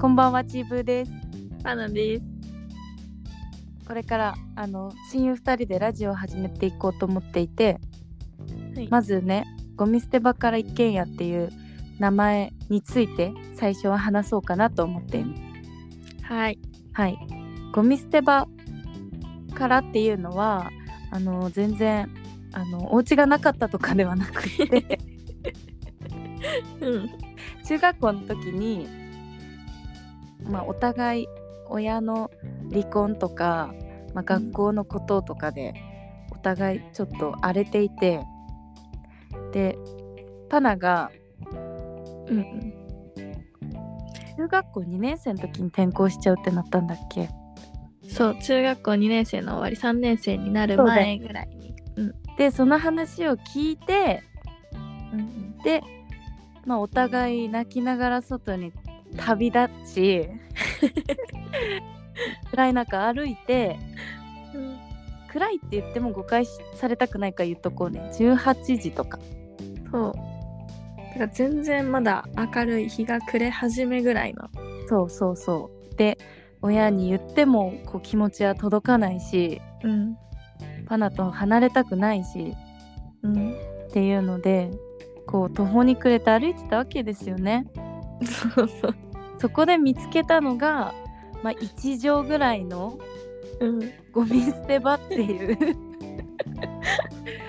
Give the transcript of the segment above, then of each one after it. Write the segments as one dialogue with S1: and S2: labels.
S1: こんばんはチーブーです
S2: アナです。
S1: これからあの親友2人でラジオを始めていこうと思っていて、
S2: はい
S1: まずねゴミ捨て場から一軒家っていう名前について最初は話そうかなと思っています
S2: はい。
S1: はいゴミ捨て場からっていうのはあの全然あのお家がなかったとかではなくて
S2: うん。
S1: 中学校の時に、まあ、お互い親の離婚とか、まあ、学校のこととかでお互いちょっと荒れていてでタナが
S2: うん。
S1: 中学校2年生の時に転校しちゃうってなったんだっけ
S2: そう、中学校2年生の終わり、3年生になる前ぐらいに。
S1: でその話を聞いて
S2: うん。
S1: で、まあ、お互い泣きながら外に旅立ち暗い中歩いて暗いって言っても誤解しされたくないから言っとこうね18時とか
S2: そう。だから全然まだ明るい日が暮れ始めぐらいの。
S1: そうそうそうで親に言ってもこう気持ちは届かないし
S2: うん。
S1: パナと離れたくないし
S2: うん。
S1: っていうのでこう途方に暮れて歩いてたわけですよね
S2: そうそう。
S1: そこで見つけたのが、まあ、1畳ぐらいの
S2: うん。
S1: ゴミ捨て場っていう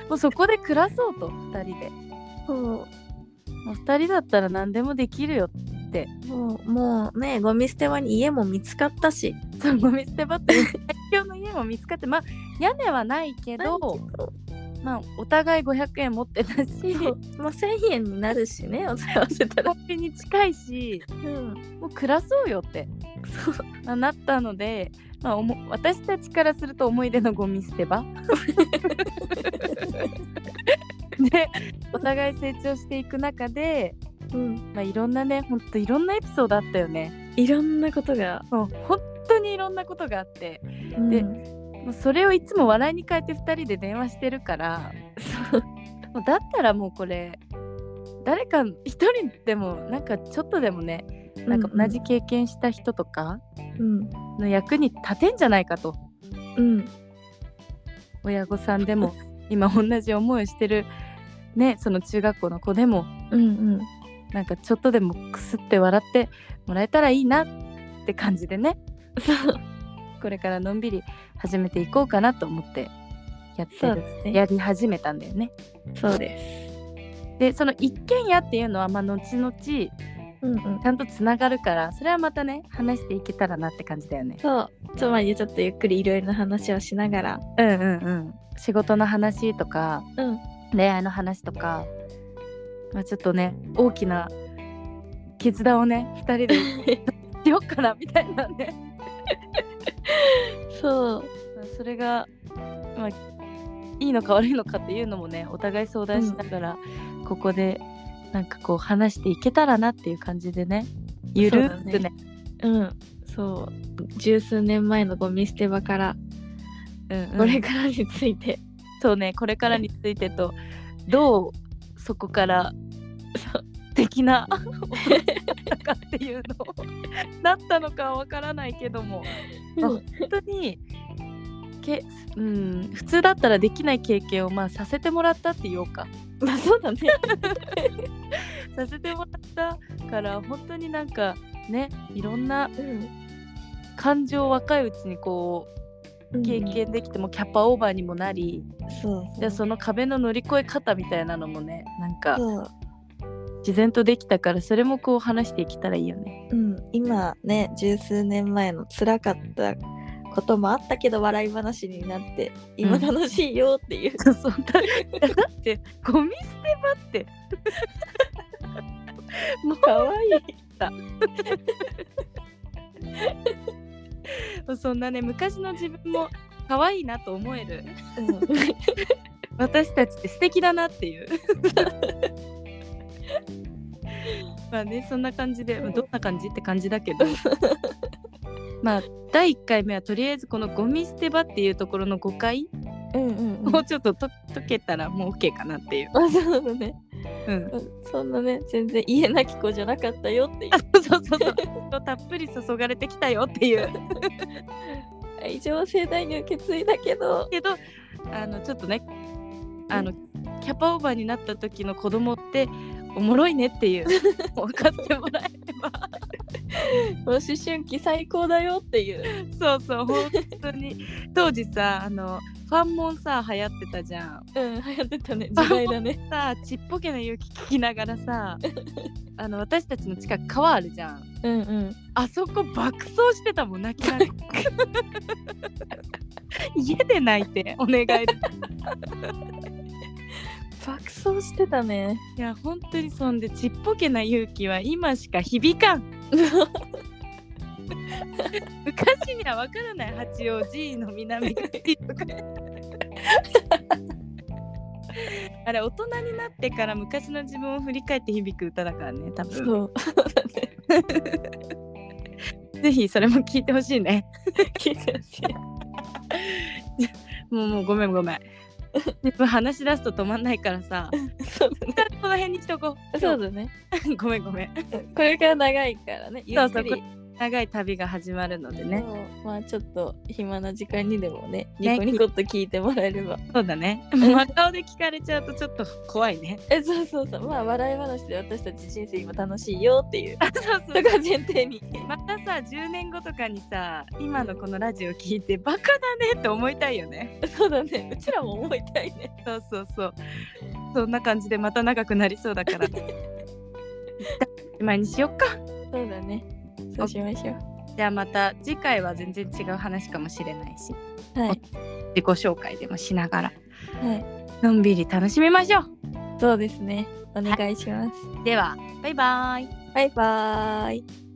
S1: もうそこで暮らそうと2人で
S2: そ
S1: もう2人だったら何でもできるよ
S2: う。もう、もうね、ゴミ捨て場に家も見つかった し。
S1: そのゴミ捨て場っていう最強の家も見つかってまあ屋根はないけどまあお互い500円持ってたし
S2: そうもう1000円になるしね、お世話してたら。
S1: コンビニ近いし
S2: うん。
S1: もう暮らそうよって
S2: そう。
S1: まあなったので、まあ、おも私たちからすると思い出のゴミ捨て 場でお互い成長していく中で、
S2: うん。
S1: まあ、いろんなねほんといろんなエピソードあったよね
S2: いろんなことが。
S1: もう本当にいろんなことがあって
S2: で、
S1: もうそれをいつも笑いに変えて2人で電話してるから
S2: そう。
S1: もうだったらもうこれ誰か一人でもなんかちょっとでもねなんか同じ経験した人とか
S2: うん。
S1: の役に立てんじゃないかと
S2: うん。
S1: 親御さんで も今同じ思いをしてるねその中学校の子でも
S2: うんうん。
S1: なんかちょっとでもくすって笑ってもらえたらいいなって感じでね
S2: そう。
S1: これからのんびり始めていこうかなと思ってやって
S2: そう
S1: る
S2: ですね。
S1: やり始めたんだよね。
S2: そうです。
S1: でその一軒家っていうのはまあ後々
S2: うんうん
S1: ち。ゃんとつながるからそれはまたね話していけたらなって感じだよね
S2: そう。つまりちょっとゆっくりいろいろな話をしなが ら。
S1: うんうんうん仕事の話とか
S2: うん。
S1: 恋愛の話とか、まあ、ちょっとね大きな決断をね2人で しよっかなみたいなね
S2: そう。
S1: まあそれが、まあ、いいのか悪いのかっていうのもねお互い相談しながら、ここでなんかこう話していけたらなっていう感じでねゆるーく
S2: そ
S1: ね
S2: うだうん。そう。十数年前のゴミ捨て場から、
S1: うんうん
S2: これからについて。
S1: そうねこれからについてとどうそこから
S2: そう
S1: 的なかっていうのをなったのかはわからないけども、まあ
S2: う
S1: 本当にけ、うん、普通だったらできない経験をまあさせてもらったって言おうか
S2: ん。まあそうだね。
S1: させてもらったから本当になんかねいろんな
S2: うん。
S1: 感情を若いうちにこう経験できてもキャパオーバーにもなり、
S2: そう。
S1: じゃあその壁の乗り越え方みたいなのもねなんか。
S2: そう。
S1: 自然とできたからそれもこう話していけたらいいよ ね。
S2: うん。今ね、十数年前の辛かったこともあったけど、笑い話になって、今
S1: うん
S2: 楽しいよっていう。
S1: そうそうだだってゴミ捨て場って もう
S2: かわいい。
S1: そんなね昔の自分も可愛いなと思える
S2: うん
S1: 私たちって素敵だなって いう。まあねそんな感じで、まあどんな感じって感じだけど まあ第1回目はとりあえずこのゴミ捨て場っていうところの誤解
S2: うんうんうん。
S1: をちょっとと解けたらもう OK かなっていう。
S2: あそうだね。
S1: うん、
S2: そんなね全然家なき子じゃなかったよっていう
S1: あそうそうそうそうたっぷり注がれてきたよって いう
S2: 愛情は盛大に受け継いだけど
S1: けどあのちょっとねあのキャパオーバーになった時の子供っておもろいねっていう 分かってもらえれば
S2: もう思春期最高だよっていう
S1: そうそう本当に当時さあのファンモンさ流行ってたじゃん
S2: うん流行ってた ね時代だね
S1: さちっぽけな勇気聞きながらさあの私たちの近く川あるじゃん
S2: うんうん
S1: あそこ爆走してたもん泣きながら家で泣いてお願いい
S2: 爆走してたね
S1: や本当にそんでちっぽけな勇気は今しか響かん昔には分からない八王子の南がいいと かあれ大人になってから昔の自分を振り返って響く歌だからね多分
S2: そう
S1: ぜひそれも聞いてほしいね
S2: 聞いて ほしい
S1: もうもうごめんごめん。でも話し出すと止まんないから さ、
S2: そうだ
S1: 一旦この辺にしとこう。
S2: そうだね
S1: うごめんごめん。
S2: これから長いからねゆっくり
S1: そう長い旅が始まるのでね。
S2: そうまあちょっと暇な時間にでもねニ
S1: ね
S2: コニコっと聞いてもらえれば、
S1: そうだね。真顔で聞かれちゃうとちょっと怖いね。
S2: えそうそうそうまあ笑い話で私たち人生今楽しいよっていう
S1: そうそ
S2: と
S1: う
S2: か前提に
S1: またさ10年後とかにさ今のこのラジオ聞いてバカだねって思いたいよね
S2: そうだねうちらも思いたいね
S1: そうそうそうそんな感じでまた長くなりそうだから一旦おしまいにしよっか
S2: そうだねそうしましょ
S1: じゃあまた次回は全然違う話かもしれないし
S2: うはい
S1: 自己紹介でもしながら
S2: は
S1: のんびり楽しみましょう
S2: いそうですねお願いします、
S1: ではバイバイ
S2: バイバーイ